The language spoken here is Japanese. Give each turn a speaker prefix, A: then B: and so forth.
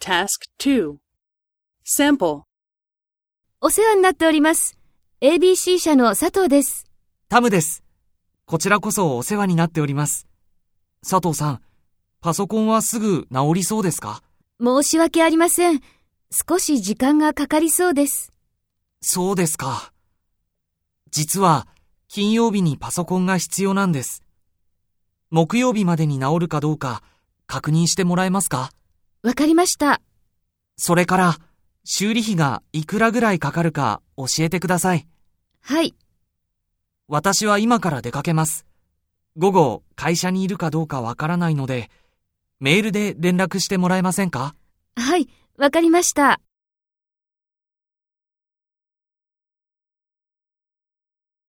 A: Task 2. Sample.
B: お世話になっております。ABC 社の佐藤です。
C: タムです。こちらこそお世話になっております。佐藤さん、パソコンはすぐ治りそうですか
B: 申し訳ありません。少し時間がかかりそうです。
C: そうですか。実は、金曜日にパソコンが必要なんです。木曜日までに治るかどうか確認してもらえますか
B: わかりました。
C: それから、修理費がいくらぐらいかかるか教えてください。
B: はい。
C: 私は今から出かけます。午後、会社にいるかどうかわからないので、メールで連絡してもらえませんか
B: はい。わかりました。